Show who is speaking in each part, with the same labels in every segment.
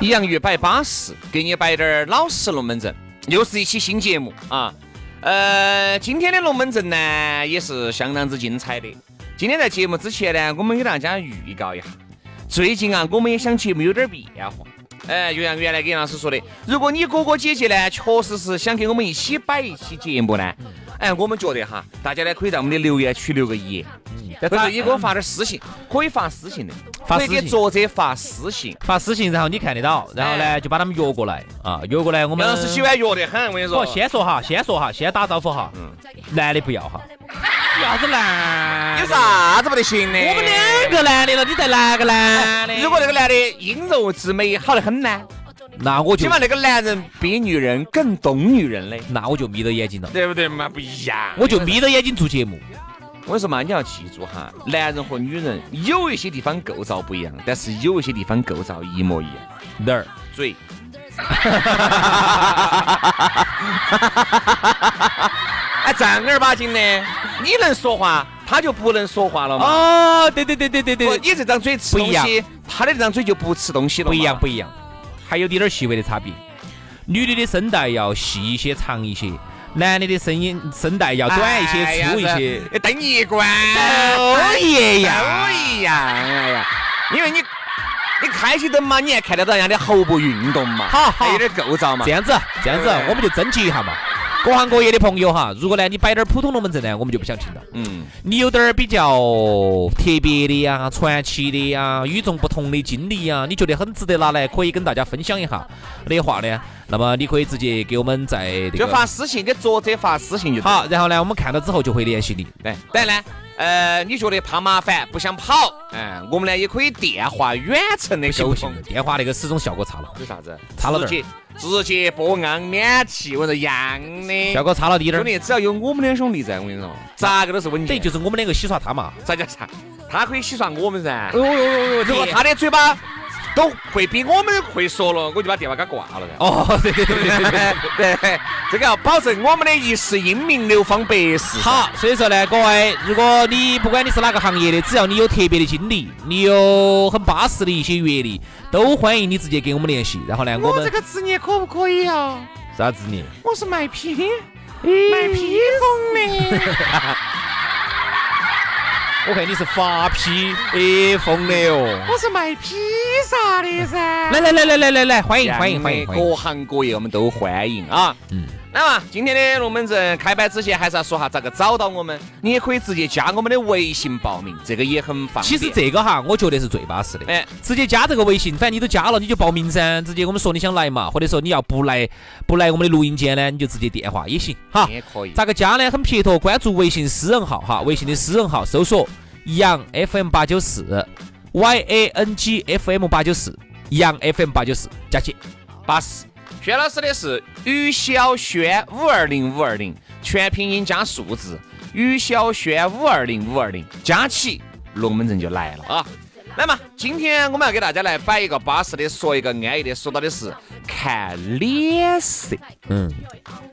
Speaker 1: 洋芋摆巴适，给你摆点儿老实龙门阵，又是一期新节目啊。呃，今天的龙门阵呢也是相当之精彩的。今天在节目之前呢，我们给大家预告一下，最近啊，我们也想节目有点变化。哎，就像原来给杨老师说的，如果你哥哥姐姐呢，确实是想跟我们一起摆一期节目呢，哎，我们觉得哈，大家呢可以在我们的留言区留个言，或者你给我发点私信，可以发私信的，
Speaker 2: 嗯发
Speaker 1: 可以
Speaker 2: 私
Speaker 1: 给
Speaker 2: 信
Speaker 1: 作者发私信。
Speaker 2: 发私信，然后你看得到，然后呢就把他们约过来啊，约过来我们。
Speaker 1: 杨老师喜欢约得很，我跟你说。
Speaker 2: 我先说哈，先说哈，先打招呼哈。
Speaker 1: 嗯
Speaker 2: 男的不要哈。有啥子男
Speaker 1: 有？啥子不得行的？
Speaker 2: 我们两个男的了，你再来个男的。
Speaker 1: 如果那个男的阴柔之美好得很呢，
Speaker 2: 那我
Speaker 1: 起
Speaker 2: 就
Speaker 1: 码那个男人比女人更懂女人嘞，
Speaker 2: 那我就眯着眼睛了，
Speaker 1: 对不对嘛？不一样。
Speaker 2: 我就眯着眼睛做节目。
Speaker 1: 我跟你说嘛，你要记住哈，男人和女人有一些地方构造不一样，但是有一些地方构造一模一样。
Speaker 2: 哪儿？
Speaker 1: 嘴，哎，正儿八经的，你能说话，他就不能说话了 嘛。
Speaker 2: 哦，对对对对对
Speaker 1: 不，
Speaker 2: 对，
Speaker 1: 你这张嘴吃
Speaker 2: 不
Speaker 1: 东
Speaker 2: 一样
Speaker 1: 西，他的这张嘴就不吃东西了嘛。
Speaker 2: 不一样不一样，还有点儿细微的差别。女的的声带要细一些、长一些，男的的声音声带要短一
Speaker 1: 哎
Speaker 2: 些、
Speaker 1: 呀
Speaker 2: 粗一些。
Speaker 1: 这灯一关，
Speaker 2: 都一样
Speaker 1: 都一样，哎呀，因为你你开起灯嘛，你还看得到人家的喉部运动嘛，
Speaker 2: 好好
Speaker 1: 还有点构造嘛
Speaker 2: 这。样子，这样子
Speaker 1: 对不，对
Speaker 2: 我们就征集一下嘛。各行各业的朋友哈，如果呢你摆点儿普通龙门阵呢，我们就不想听了。
Speaker 1: 嗯，
Speaker 2: 你有点儿比较特别的呀、传奇的呀、与众不同的经历呀，你觉得很值得拿来可以跟大家分享一下的话呢，那么你可以直接给我们在这个
Speaker 1: 就发私信给作者发私信就对了
Speaker 2: 好，。然后呢我们看到之后就会联系你。
Speaker 1: 对，当然呢，呃，你觉得怕麻烦不想跑，嗯，我们呢也可以电话远程的
Speaker 2: 不行
Speaker 1: 沟
Speaker 2: 不行
Speaker 1: 通，。
Speaker 2: 电话那个始终效果差了，
Speaker 1: 有啥子？
Speaker 2: 差了
Speaker 1: 直接直接播安免提，我说一样的。
Speaker 2: 效果差了滴点
Speaker 1: 哎兄
Speaker 2: 儿。
Speaker 1: 弟，只要有我们两兄弟在，我跟你说，咋个都是稳
Speaker 2: 等于
Speaker 1: 健。
Speaker 2: 就是我们两个洗刷他嘛，
Speaker 1: 咋叫啥？他可以洗刷我们噻。
Speaker 2: 呦呦呦
Speaker 1: 如果他的嘴巴都会比我们会说了，我就把电话给他挂了噻。
Speaker 2: 哦，对对对对对对。
Speaker 1: 对，这个要保证我们的一世英名流芳百世。
Speaker 2: 好，所以说呢，各位，如果你不管你是哪个行业的，只要你有特别的经历，你有很巴适的一些阅历，都欢迎你直接跟我们联系。然后呢，我
Speaker 3: 我
Speaker 2: 们
Speaker 3: 这个职业可不可以啊？
Speaker 2: 啥子你？
Speaker 3: 我是卖披卖披风的，
Speaker 2: 我看你是发批哎疯的哦。
Speaker 3: 我是卖披萨的噻。
Speaker 2: 来来来来来来来，欢
Speaker 1: 这
Speaker 2: 迎
Speaker 1: 样
Speaker 2: 欢迎欢迎
Speaker 1: 的
Speaker 2: 欢迎！
Speaker 1: 各行各业我们都欢迎啊。
Speaker 2: 嗯
Speaker 1: 嗯。那么今天的龙门阵开摆之前，还是要说下咋个找到我们。你也可以直接加我们的微信报名，这个也很方便。
Speaker 2: 其实这个哈，我觉得是最巴适的。
Speaker 1: 哎，
Speaker 2: 直接加这个微信，反正你都加了，你就报名噻。直接我们说你想来嘛，或者说你要不来不来我们的录音间呢，你就直接电话也行哈。
Speaker 1: 也可以。
Speaker 2: 咋个加呢？很撇脱，关注微信私人号哈，微信的私人号搜索杨 FM 八九四，Y A N G F M 八九四，杨 FM 八九四加起。
Speaker 1: 巴适。轩老师的是于小轩五二零五二零，全拼音加数字，于小轩五二零五二零，加起龙门阵就来了啊。那么今天我们要给大家来摆一个巴适的，说一个安逸的，说到的是看脸色。
Speaker 2: 嗯，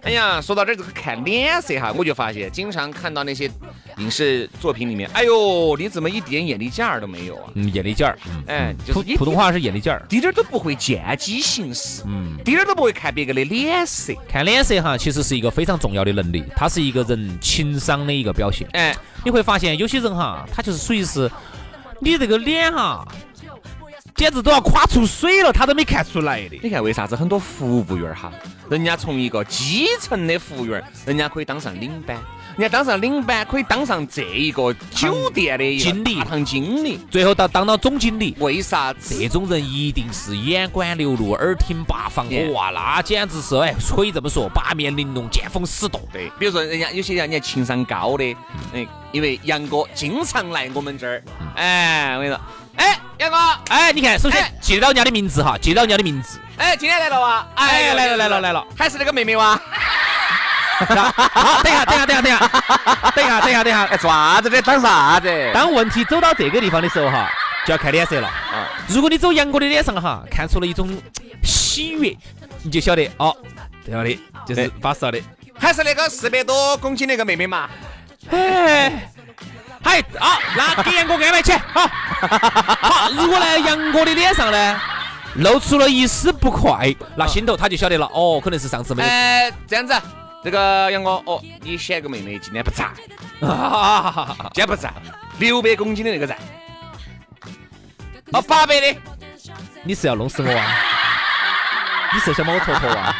Speaker 1: 哎呀，说到这儿这个看脸色哈，我就发现经常看到那些影视作品里面，哎呦，你怎么一点眼力见儿都没有啊？
Speaker 2: 嗯，眼力劲儿，嗯，
Speaker 1: 哎，就是
Speaker 2: 普
Speaker 1: 一
Speaker 2: 普通话是眼力劲儿。
Speaker 1: 滴点儿都不会见机行事，
Speaker 2: 嗯，
Speaker 1: 滴点儿都不会看别个的脸色。
Speaker 2: 看脸色哈，其实是一个非常重要的能力，它是一个人情商的一个表现。
Speaker 1: 哎，
Speaker 2: 你会发现有些人哈，他就是属于是，你这个脸哈，简直都要垮出水了，他都没看出来的。
Speaker 1: 你看为啥子很多服务员儿哈，人家从一个基层的服务员儿，人家可以当上领班，人家当上领班可以当上这一个酒店的一个
Speaker 2: 经理
Speaker 1: 大堂经理，
Speaker 2: 最后到当到总经理，
Speaker 1: 为啥子？
Speaker 2: 这种人一定是眼观六路，耳听八方，
Speaker 1: Yeah
Speaker 2: 哇，那简直是哎，可以这么说，八面玲珑，见风使舵。
Speaker 1: 对，比如说人家有些人家情商高的，哎，因为杨哥经常来我们这儿，
Speaker 2: 啊
Speaker 1: 哎，我跟你说，哎，杨哥，
Speaker 2: 哎，你看，首先
Speaker 1: 哎
Speaker 2: 记得到人家的名字哈，记得到人家的名字，
Speaker 1: 哎，今天来了哇，
Speaker 2: 哎来了来了来了，
Speaker 1: 还是那个妹妹哇，
Speaker 2: 好，等一下，等一下，等一下，等一下，等一下，等一下，等一下。
Speaker 1: 哎，做啥子的？当啥子？
Speaker 2: 当问题走到这个地方的时候哈，就要看脸色了。
Speaker 1: 啊
Speaker 2: 如果你走杨哥的脸上哈，看出了一种喜悦，你就晓得哦，这样的就是
Speaker 1: 对
Speaker 2: 巴适了的。
Speaker 1: 还是那个四百多公斤那个妹妹嘛，
Speaker 2: 哎，嗨，好，那给杨哥安排起。好， 好，如果呢，杨哥的脸上呢露出了一丝不快，那心头他就晓得了，哦，可能是上次没有。
Speaker 1: 哎，这样子，这个杨哥，哦，你选个妹妹今天不在，
Speaker 2: 啊，
Speaker 1: 今天不在，六百公斤的那个在，哦，八百 的，
Speaker 2: 你是要弄死我啊？你是想把我戳破啊？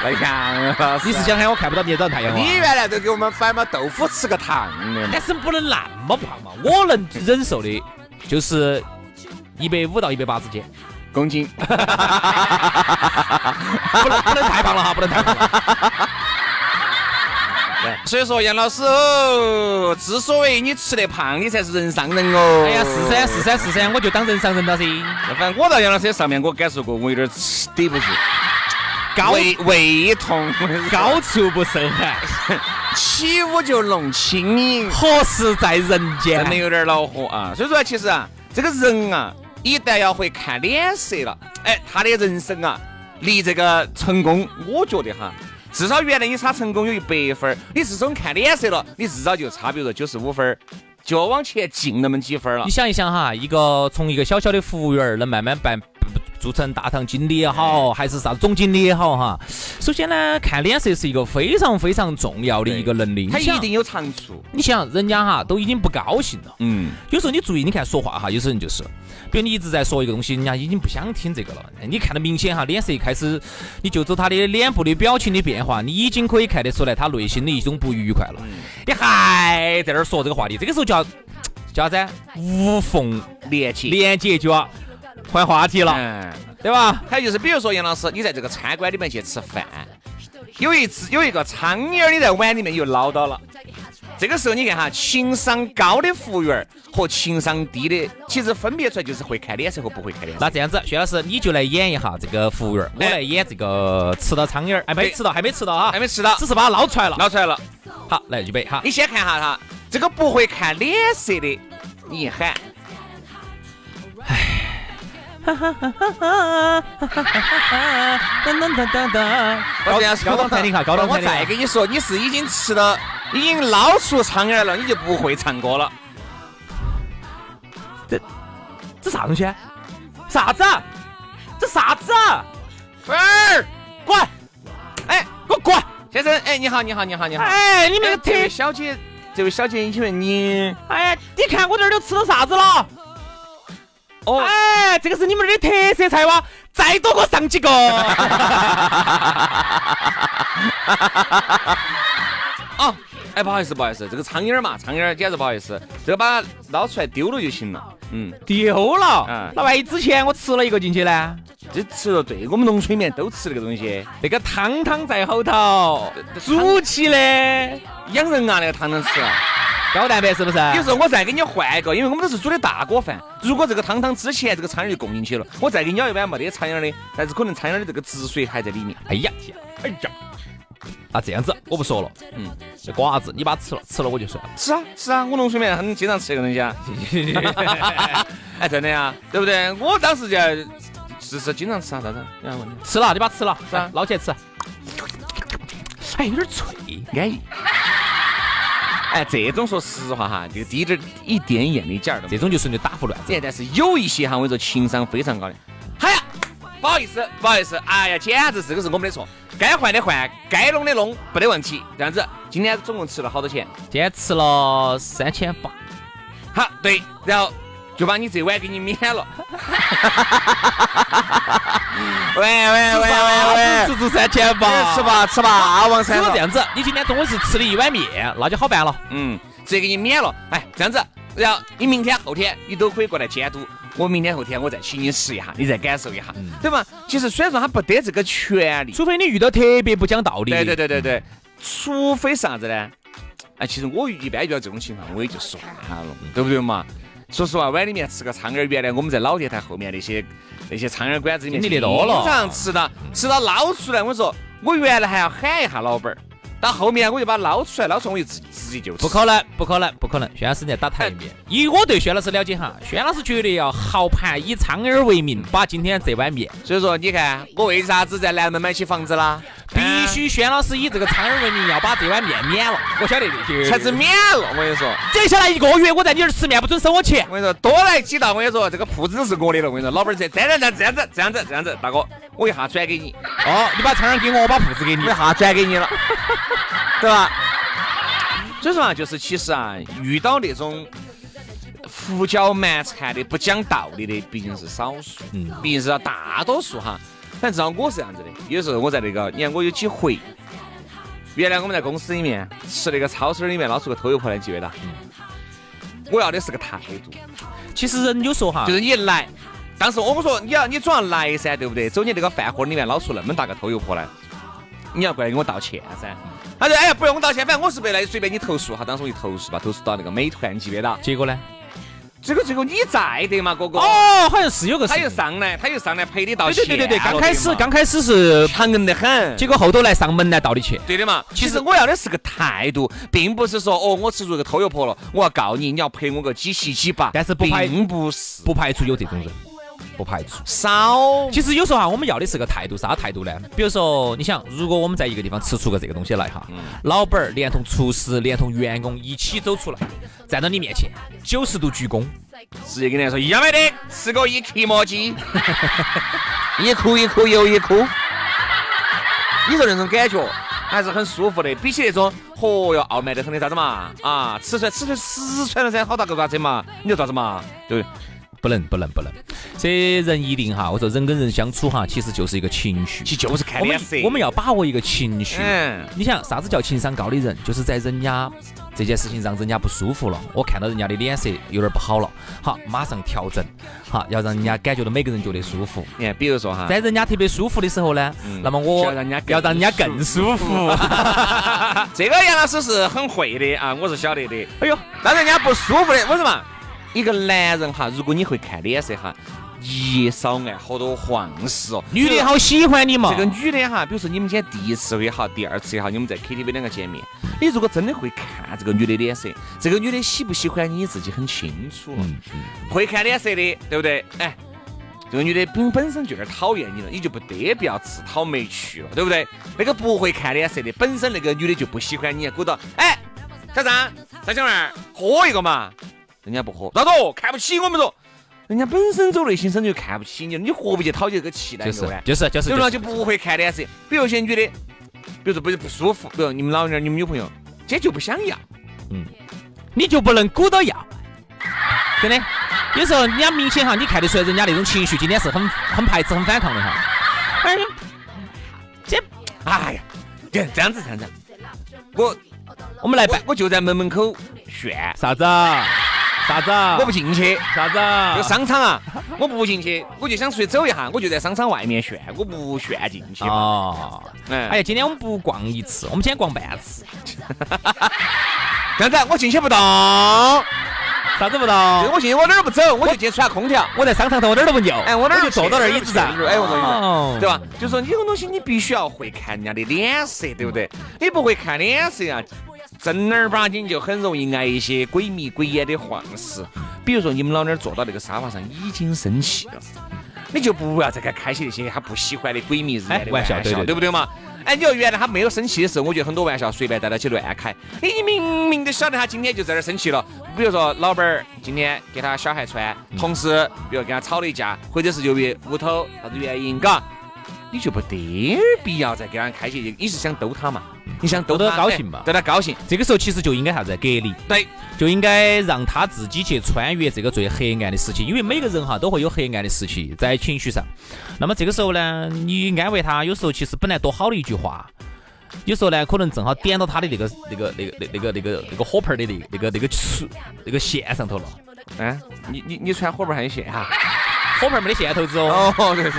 Speaker 1: 那杨
Speaker 2: 你是想喊我看不到明天早上太阳啊？
Speaker 1: 你原来都给我们摆嘛豆腐吃个糖的嘛，
Speaker 2: 但是不能那么胖嘛，我能忍受的就是一百五到一百八之间，
Speaker 1: 公斤，
Speaker 2: 不能不能太胖了哈，不能太胖了。
Speaker 1: 所以说杨老师哦，之所以你吃得胖，你才是人上人哦。 哎
Speaker 2: 哎呀，是噻是噻是噻，啊我就当人上人了噻。
Speaker 1: 反正我到杨老师上面，我感受过，我有点吃抵不住，
Speaker 2: 高
Speaker 1: 胃胃痛，
Speaker 2: 高处不胜寒，
Speaker 1: 起舞就弄轻盈，
Speaker 2: 何时在人间
Speaker 1: 真？的有点恼火啊。所以说，其实啊，这个人啊，一旦要会看脸色了，哎，他的人生啊，离这个成功，我觉得哈。至少原来你差成功有一百分儿，你自从看脸色了，你至少就差，比如说九十五分儿，就往前进那么几分儿了
Speaker 2: 你。想一想哈，一个从一个小小的服务员儿能慢慢办做成大堂经理也好，还是啥子总经理也好哈。首先呢，看脸色是一个非常非常重要的一个能力。
Speaker 1: 他
Speaker 2: 你
Speaker 1: 一
Speaker 2: 想，
Speaker 1: 定有长处。
Speaker 2: 你想人家哈都已经不高兴了。
Speaker 1: 嗯，
Speaker 2: 有时候你注意，你看说话哈，有时候人就是，比如你一直在说一个东西，人家已经不想听这个了。你看得明显哈，脸色一开始，你就走他的脸部的表情的变化，你已经可以看得出来他内心的一种不愉快了。
Speaker 1: 嗯
Speaker 2: 你还在那儿说这个话题，这个时候就要叫啥子？无缝
Speaker 1: 连接。
Speaker 2: 连接就要换话题了，
Speaker 1: 嗯，
Speaker 2: 对吧？
Speaker 1: 还有就是，比如说杨老师，你在这个餐馆里面去吃饭，有一次有一个苍蝇儿，你在碗里面又捞到了。这个时候你看哈，情商高的服务员儿和情商低的，其实分别出来就是会看脸色和不会看脸色。
Speaker 2: 那这样子，薛老师你就来演一下这个服务员儿，我
Speaker 1: 哎
Speaker 2: 来演这个吃到苍蝇儿，哎，没
Speaker 1: 对
Speaker 2: 吃到，还没吃到啊，
Speaker 1: 还没吃到
Speaker 2: 只是把它捞出来了。
Speaker 1: 捞出来了，
Speaker 2: 好，来预备哈，
Speaker 1: 你先看哈哈，这个不会看脸色的，你一喊，
Speaker 2: 噔噔噔噔噔，
Speaker 1: 我这样说
Speaker 2: 高档餐厅哈，高档餐
Speaker 1: 我
Speaker 2: 厅哈啊
Speaker 1: 再。跟你说，你是已经吃了，已经捞出苍蝇儿了，你就不会唱歌了。
Speaker 2: 这啥东西？啥子？啊？这啥子？啊？
Speaker 1: 儿，
Speaker 2: 滚！
Speaker 1: 哎，
Speaker 2: 给我滚！
Speaker 1: 先生，哎，你好，你好，你好，你好。
Speaker 2: 哎，你
Speaker 1: 哎
Speaker 2: 们
Speaker 1: 这位
Speaker 2: 这，
Speaker 1: 小姐，这位小姐，请问你？
Speaker 2: 哎，你看我这儿都吃到啥子了？
Speaker 1: 哦，
Speaker 2: 哎，这个是你们这儿的特色菜哇！再多给我上几个。
Speaker 1: 哦，哎，不好意思，不好意思，这个苍蝇儿嘛，苍蝇儿简直不好意思，这个把它捞出来丢了就行了。嗯，
Speaker 2: 丢了
Speaker 1: 嗯，
Speaker 2: 那万一之前我吃了一个进去呢？
Speaker 1: 这吃了对，我们农村里面都吃这个东西，
Speaker 2: 那个汤汤在后头，煮起的
Speaker 1: 养人啊，那个汤汤吃。
Speaker 2: 高蛋白是不是？
Speaker 1: 有时候我再给你换一个，因为我们都是煮的大锅饭。如果这个汤汤之前这个苍蝇就供进去了，我再给你舀一碗没得苍蝇的，但是可能苍蝇的这个汁水还在里面。
Speaker 2: 哎呀天，哎呀，
Speaker 4: 啊
Speaker 2: 那这样子我不说了，
Speaker 1: 嗯，
Speaker 2: 这瓜子你把它吃了，吃了我就算了。
Speaker 1: 是啊，是啊，我农村里面很经常吃这个东 西啊。哎，真的呀，对不对？我当时就是是经常吃啊，啥子？你要问你
Speaker 2: 吃了，你把它吃了，
Speaker 1: 是啊
Speaker 2: 来捞起来吃。哎，有点脆。
Speaker 1: 安逸。哎，这种说实话哈，就滴点儿一点眼力劲儿都没
Speaker 2: 这
Speaker 1: 有。
Speaker 2: 种就是你打胡乱子。
Speaker 1: 哎，但是有一些哈，我跟你说情商非常高的，哎呀，不好意思，不好意思，哎呀，简直这个是我们的错，该换的换，该弄的弄，没得问题。这样子，今天总共吃了好多钱？
Speaker 2: 今天吃了三千八，
Speaker 1: 好，对，然后就把你这碗给你免 了。喂喂喂喂喂，
Speaker 4: 自助三千吧，
Speaker 1: 吃？吧吃吧，王
Speaker 4: 如
Speaker 1: 三
Speaker 4: 果
Speaker 1: 宝
Speaker 4: 这。样子，你今天中午是吃了一碗面，那就好办了。
Speaker 1: 嗯，直接给你免了。哎，这样子，然后你明天、后天你都可以过来监督。我明天、后天我再请你吃一下，你再感受一下，对吧？其实虽然说他不得这个权利，
Speaker 4: 除非你遇到特别不讲道理的，
Speaker 1: 对对对对
Speaker 4: 嗯
Speaker 1: 对，除非是啥子呢？哎，其实我一般遇到这种情况，我也就算了，对不对嘛？说实话，碗里面吃个苍耳，原来我们在老电台后面那些那些苍耳馆子里面
Speaker 4: 你的多了嗯
Speaker 1: 经常吃到吃到捞出来。我说我原来还要喊一下老板儿，到后面我就把它捞出来，捞出来我就自己自己就吃
Speaker 4: 不可能，不可能，不可能！轩老师你在打台面。
Speaker 1: 哎
Speaker 4: 以我对轩老师了解哈，轩老师绝对要豪盘，以苍耳为名，把今天这碗面
Speaker 1: 所以说，你看我为啥子在南门买起房子啦？
Speaker 4: 必须轩老师以这个苍耳为名，要把这碗面免了。 我晓得这些。
Speaker 1: 才是免了。我跟你说，
Speaker 4: 接下来一个月我在你这儿吃面不准收我钱
Speaker 1: 我。跟你说，多来几道，我跟你说，这个铺子都是我的了。我跟你说，老板儿这这样这样子这样子这样子，大哥，我一下转给你，
Speaker 4: 哦，你把苍耳给我，我把铺子给你
Speaker 1: 我一。下转给你了，对吧？所以说啊，就是其实啊，遇到那种胡搅蛮缠的、不讲道理的，毕竟是少数，嗯，毕竟是大多数哈。反正至少我是这样子的，有时候我在那个，你看我有几回，原来我们在公司里面吃那个超市里面捞出个偷油婆来，记得到？我要的是个态度，
Speaker 4: 其实人有时候哈
Speaker 1: 就，是你一来，当时我们说你要你总要来噻，对不对？走你那个饭盒里面捞出那么大个偷油婆来，你要过来给我道歉噻。他说哎呀不用道歉，反正我是被来随便你投诉哈。当时我一投诉吧，投诉到那个美团，记得到？
Speaker 4: 结果呢？
Speaker 1: 这个最后你在的嘛，哥哥。
Speaker 4: 哦，好像是有个事
Speaker 1: 他
Speaker 4: 情。
Speaker 1: 又上来，他又上来赔礼道
Speaker 4: 对
Speaker 1: 歉哎
Speaker 4: 对
Speaker 1: 了的
Speaker 4: 对
Speaker 1: 嘛。
Speaker 4: 对对，刚开始刚开始是，
Speaker 1: 强硬得很。
Speaker 4: 结果后头来上门来道的歉。
Speaker 1: 对的嘛，
Speaker 4: 其
Speaker 1: 其
Speaker 4: 实
Speaker 1: 实我要的是个态度，并不是说哦，我吃出个偷油婆了，我要告你，你要赔我个几七几八。
Speaker 4: 但是不赔
Speaker 1: 并不是
Speaker 4: 不排除有这种人，不排除。
Speaker 1: 少
Speaker 4: 其实有时候哈，我们要的是个态度，啥态度呢？比如说，你想，如果我们在一个地方吃出个这个东西来哈，老板儿连同厨师、连同员工一起走出来，站到你面前，九十度鞠躬，
Speaker 1: 直接跟人家说一样买的，吃个一提莫鸡， 一哭一哭又一哭。你说那种感觉还是很舒服的，比起那种嚯哟傲慢得很的啥子嘛啊，吃出来吃出来吃出来了噻，好大个啥子嘛，你说咋子嘛，对不对？
Speaker 4: 不能，不能，不能。这人一定哈，我说人跟人相处哈，其实就是一个情绪。
Speaker 1: 其实就是看
Speaker 4: 我们
Speaker 1: 脸色。
Speaker 4: 我们要把握一个情绪。
Speaker 1: 嗯，
Speaker 4: 你想啥子叫情商高的人？就是在人家这件事情让人家不舒服了，我看到人家的脸色有点不好了，好，马上调整，好，要让人家感觉到每个人觉得舒服。
Speaker 1: 你哎看，比如说哈，
Speaker 4: 在人家特别舒服的时候呢，那么我
Speaker 1: 啊嗯就要让人家
Speaker 4: 要
Speaker 1: 更
Speaker 4: 让人家更舒服。
Speaker 1: 这个杨老师是很会的啊，我是晓得的。哎呦，让人家不舒服的，我说嘛，一个男人哈，如果你会看脸色哈，一少爱好多黄事哦。
Speaker 4: 女的好喜欢你哦嘛
Speaker 1: 这个，女的哈，比如说你们今天第一次也好，第二次也好，你们在 KTV 两个见面，你如果真的会看这个女的脸色，这个女的喜不喜欢你自己很清楚
Speaker 4: 嗯
Speaker 1: 了，会看脸色的，对不对？哎，这个女的本本身就有点讨厌你了，你就不得必要自讨没趣了，对不对？那个不会看脸色的，本身那个女的就不喜欢你，鼓捣，哎，小张，张小二，喝一个嘛，人家不喝，咋子？看不起我们嗦？人家本身走内心深处就看不起你了，你何必去讨这个气呢？
Speaker 4: 就是
Speaker 1: 各位
Speaker 4: 就是就是
Speaker 1: 有啊人
Speaker 4: 就是，
Speaker 1: 就不会看脸色。比如有些女的，比如说不不舒服，比如你们老娘儿、你们女朋友，今天就不想要，
Speaker 4: 你就不能鼓捣要，真的。有时候人家明显哈，你看得出来人家那种情绪，今天是很很排斥、很反抗的哈。
Speaker 1: 哎呀，这样这样子这样子，我
Speaker 4: 我们来
Speaker 1: 我
Speaker 4: 办
Speaker 1: 我就在门门口炫，
Speaker 4: 啥子？啥子？
Speaker 1: 我不进去。
Speaker 4: 啥子？
Speaker 1: 这个商场啊，我不进去，我就想出去走一下，我就在商场外面炫，我不炫进去嘛。
Speaker 4: 哦，
Speaker 1: 嗯，
Speaker 4: 哎呀，今天我们不逛一次，我们今天逛半次，
Speaker 1: 这样子我进去不动，我
Speaker 4: 啥子不到？
Speaker 1: 进去我哪儿都不走，我就进去吹下空调。
Speaker 4: 我在商场头，我哪儿都不扭，
Speaker 1: 哎，我哪儿
Speaker 4: 就坐到那儿椅子上。
Speaker 1: 哎，我跟你说。
Speaker 4: 哦，
Speaker 1: 对吧？就说你这种东西，你必须要会看人家的脸色，对不对？你不会看脸色啊，正儿八经就很容易挨一些鬼迷鬼眼的黄事。比如说你们老娘儿坐到那个沙发上已经生气了，你就不要再给他开些那些他不喜欢的鬼迷日眼
Speaker 4: 哎
Speaker 1: 的
Speaker 4: 玩
Speaker 1: 玩
Speaker 4: 笑
Speaker 1: 笑，
Speaker 4: 对对对
Speaker 1: 不对嘛？哎，你说原来他没有生气的时候，我觉得很多玩笑随便带他去乱开。哎你明明都晓得他今天就在那儿生气了，比如说老板儿今天给他小孩穿，同事比如跟他吵了一架，或者是由于屋头啥子原因，嘎，你就不得必要再给他开些，你是想兜他嘛？你想逗
Speaker 4: 逗
Speaker 1: 他
Speaker 4: 他高兴嘛
Speaker 1: 哎逗他高兴。
Speaker 4: 这个时候其实就应该啥子隔离，
Speaker 1: 对，
Speaker 4: 就应该让他自己去穿越这个最黑暗的时期，因为每个人哈都会有黑暗的时期在情绪上。那么这个时候呢，你安慰他，有时候其实本来多好的一句话，有时候呢可能正好点到他的那个那个那个那个那个那个那个火盆儿的那个那个那个那个线上头了，
Speaker 1: 嗯，你你你穿火盆还啊有线哈？
Speaker 4: 火盆儿没得线头子哦，
Speaker 1: 哦，对对，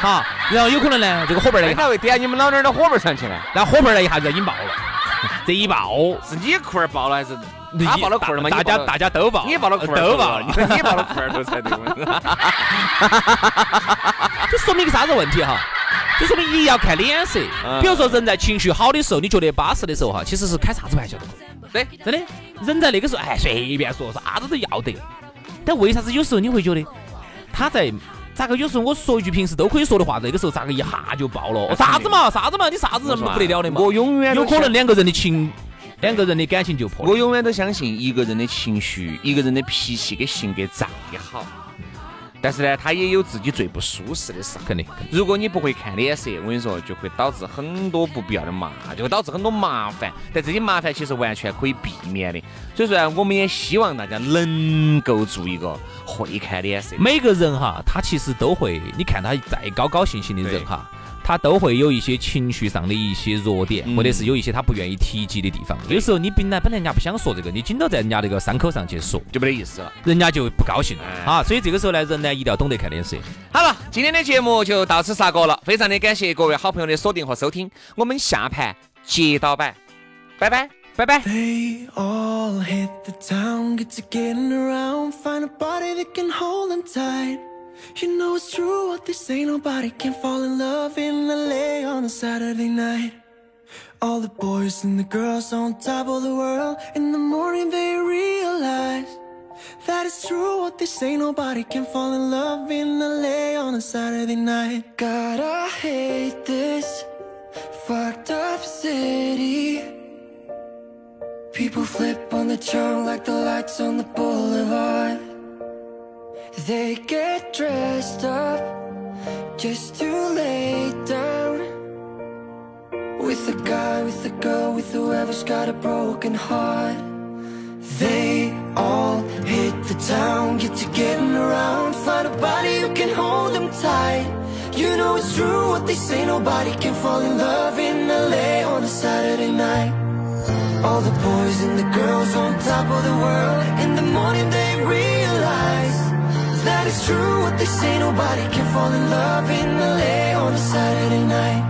Speaker 4: 好，然后有可能呢这个火盆儿
Speaker 1: 哎那
Speaker 4: 呢
Speaker 1: 他会点你们老娘的火盆上去呢？
Speaker 4: 然后火盆儿呢一下子就引爆了， 这一爆，
Speaker 1: 是你裤儿爆了还是他爆了裤儿了吗？
Speaker 4: 大家大家都爆，
Speaker 1: 你爆了裤儿
Speaker 4: 都爆了，
Speaker 1: 你爆了裤儿头才对嘛？
Speaker 4: 这说明一个啥子问题哈？就说明你要看脸色。
Speaker 1: 嗯
Speaker 4: 比如说，人在情绪好的时候，你觉得巴适的时候哈，其实是开啥子玩笑都可以
Speaker 1: 对，
Speaker 4: 真的。人在那个时候，哎，随便说啥子都要得。但为啥子有时候你会觉得他在咋个？有时候我说一句平时都可以说的话，那个时候咋个一下就爆了？哦啥子嘛，啥子嘛，你啥子人都不得了的嘛。
Speaker 1: 哎我永远都
Speaker 4: 有
Speaker 1: 是
Speaker 4: 可能两个人的情，两个人的感情就破
Speaker 1: 我
Speaker 4: 了。
Speaker 1: 永远都相信一个人的情绪、一个人的脾气跟性格再好，但是呢，他也有自己最不舒适的时候。
Speaker 4: 肯定，
Speaker 1: 如果你不会看脸色，我跟你说，就会导致很多不必要的麻，就会导致很多麻烦。但这些麻烦其实完全可以避免的。所以说啊呢，我们也希望大家能够做一个会看脸色。
Speaker 4: 每个人哈，他其实都会，你看他再高高兴兴的
Speaker 1: 对
Speaker 4: 人哈，他都会有一些情绪上的一些弱点，
Speaker 1: 嗯
Speaker 4: 或者是有一些他不愿意提及的地方。有时候你本来本来人家不想说这个，你紧到在人家那个伤口上去说，
Speaker 1: 就没得意思了。
Speaker 4: 人家就不高兴了
Speaker 1: 哎
Speaker 4: 啊。所以这个时候呢，人呢一定要懂得看脸色。
Speaker 1: 好了，今天的节目就到此煞过了，非常的感谢各位好朋友的锁定和收听，我们下盘接到摆，拜拜，拜拜。
Speaker 5: They all hit the town, get to getting around, find a body that can hold them tight. You know it's true what they say, nobody can fall in love in LA on a Saturday night. All the boys and the girls on top of the world, in the morning they realize that it's true what they say, nobody can fall in love in LA on a Saturday night. God, I hate this fucked up city. People flip on the charm like the lights on the boulevard. They get dressed up just to lay down with a guy, with a girl, with whoever's got a broken heart. They all hit the town, get to getting around, find a body who can hold them tight. You know it's true what they say, nobody can fall in love in LA on a Saturday night. All the boys and the girls on top of the world. In the morning they realize that it's true what they say. Nobody can fall in love in LA on a Saturday night.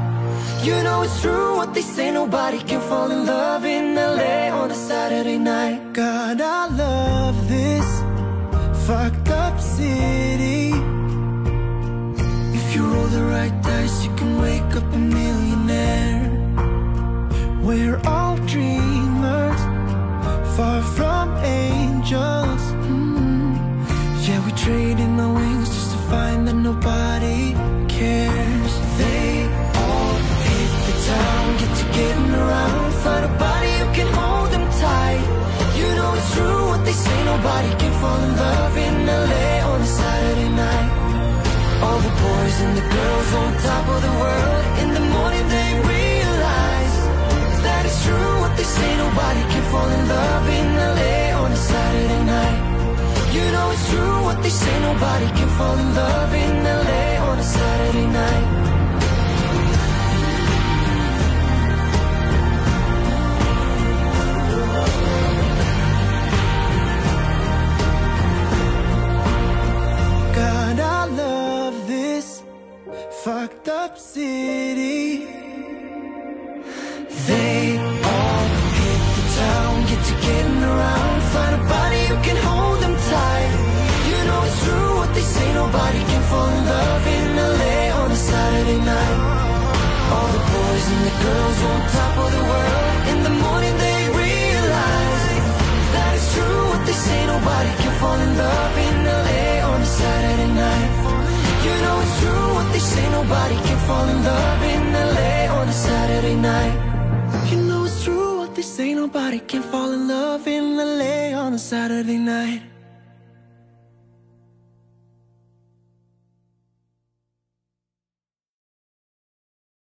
Speaker 5: You know it's true what they say. Nobody can fall in love in LA on a Saturday night. God, I love this fucked up city. If you roll the right dice, you can wake up a millionaire. We're all dreamers, far from angels. Mm. Yeah, we trade in our wings just to find that nobody cares. They all hit the town, get to getting around. Find a body who can hold them tight. You know it's true what they say, nobody can fall in love in LA on a Saturday night. All the boys and the girls on top of the world. In the morning they realize that it's true what they say. Nobody can fall in love in LA on a Saturday night. You know it's true what they say. Nobody can fall in love in LA on a Saturday night. God, I love this fucked up city. They all hit the town, get to getting around. Find a body who can hold them tight. You know it's true what they say, nobody can fall in love in LA on a Saturday night. All the boys and the girls on top of the world. In the morning they realize that it's true what they say. Nobody can fall in love in LA on a Saturday night. You know it's true what they say. Nobody can fall in love in LA on a Saturday night. You know it's true what they say. Nobody can fall in love in LA on a Saturday night.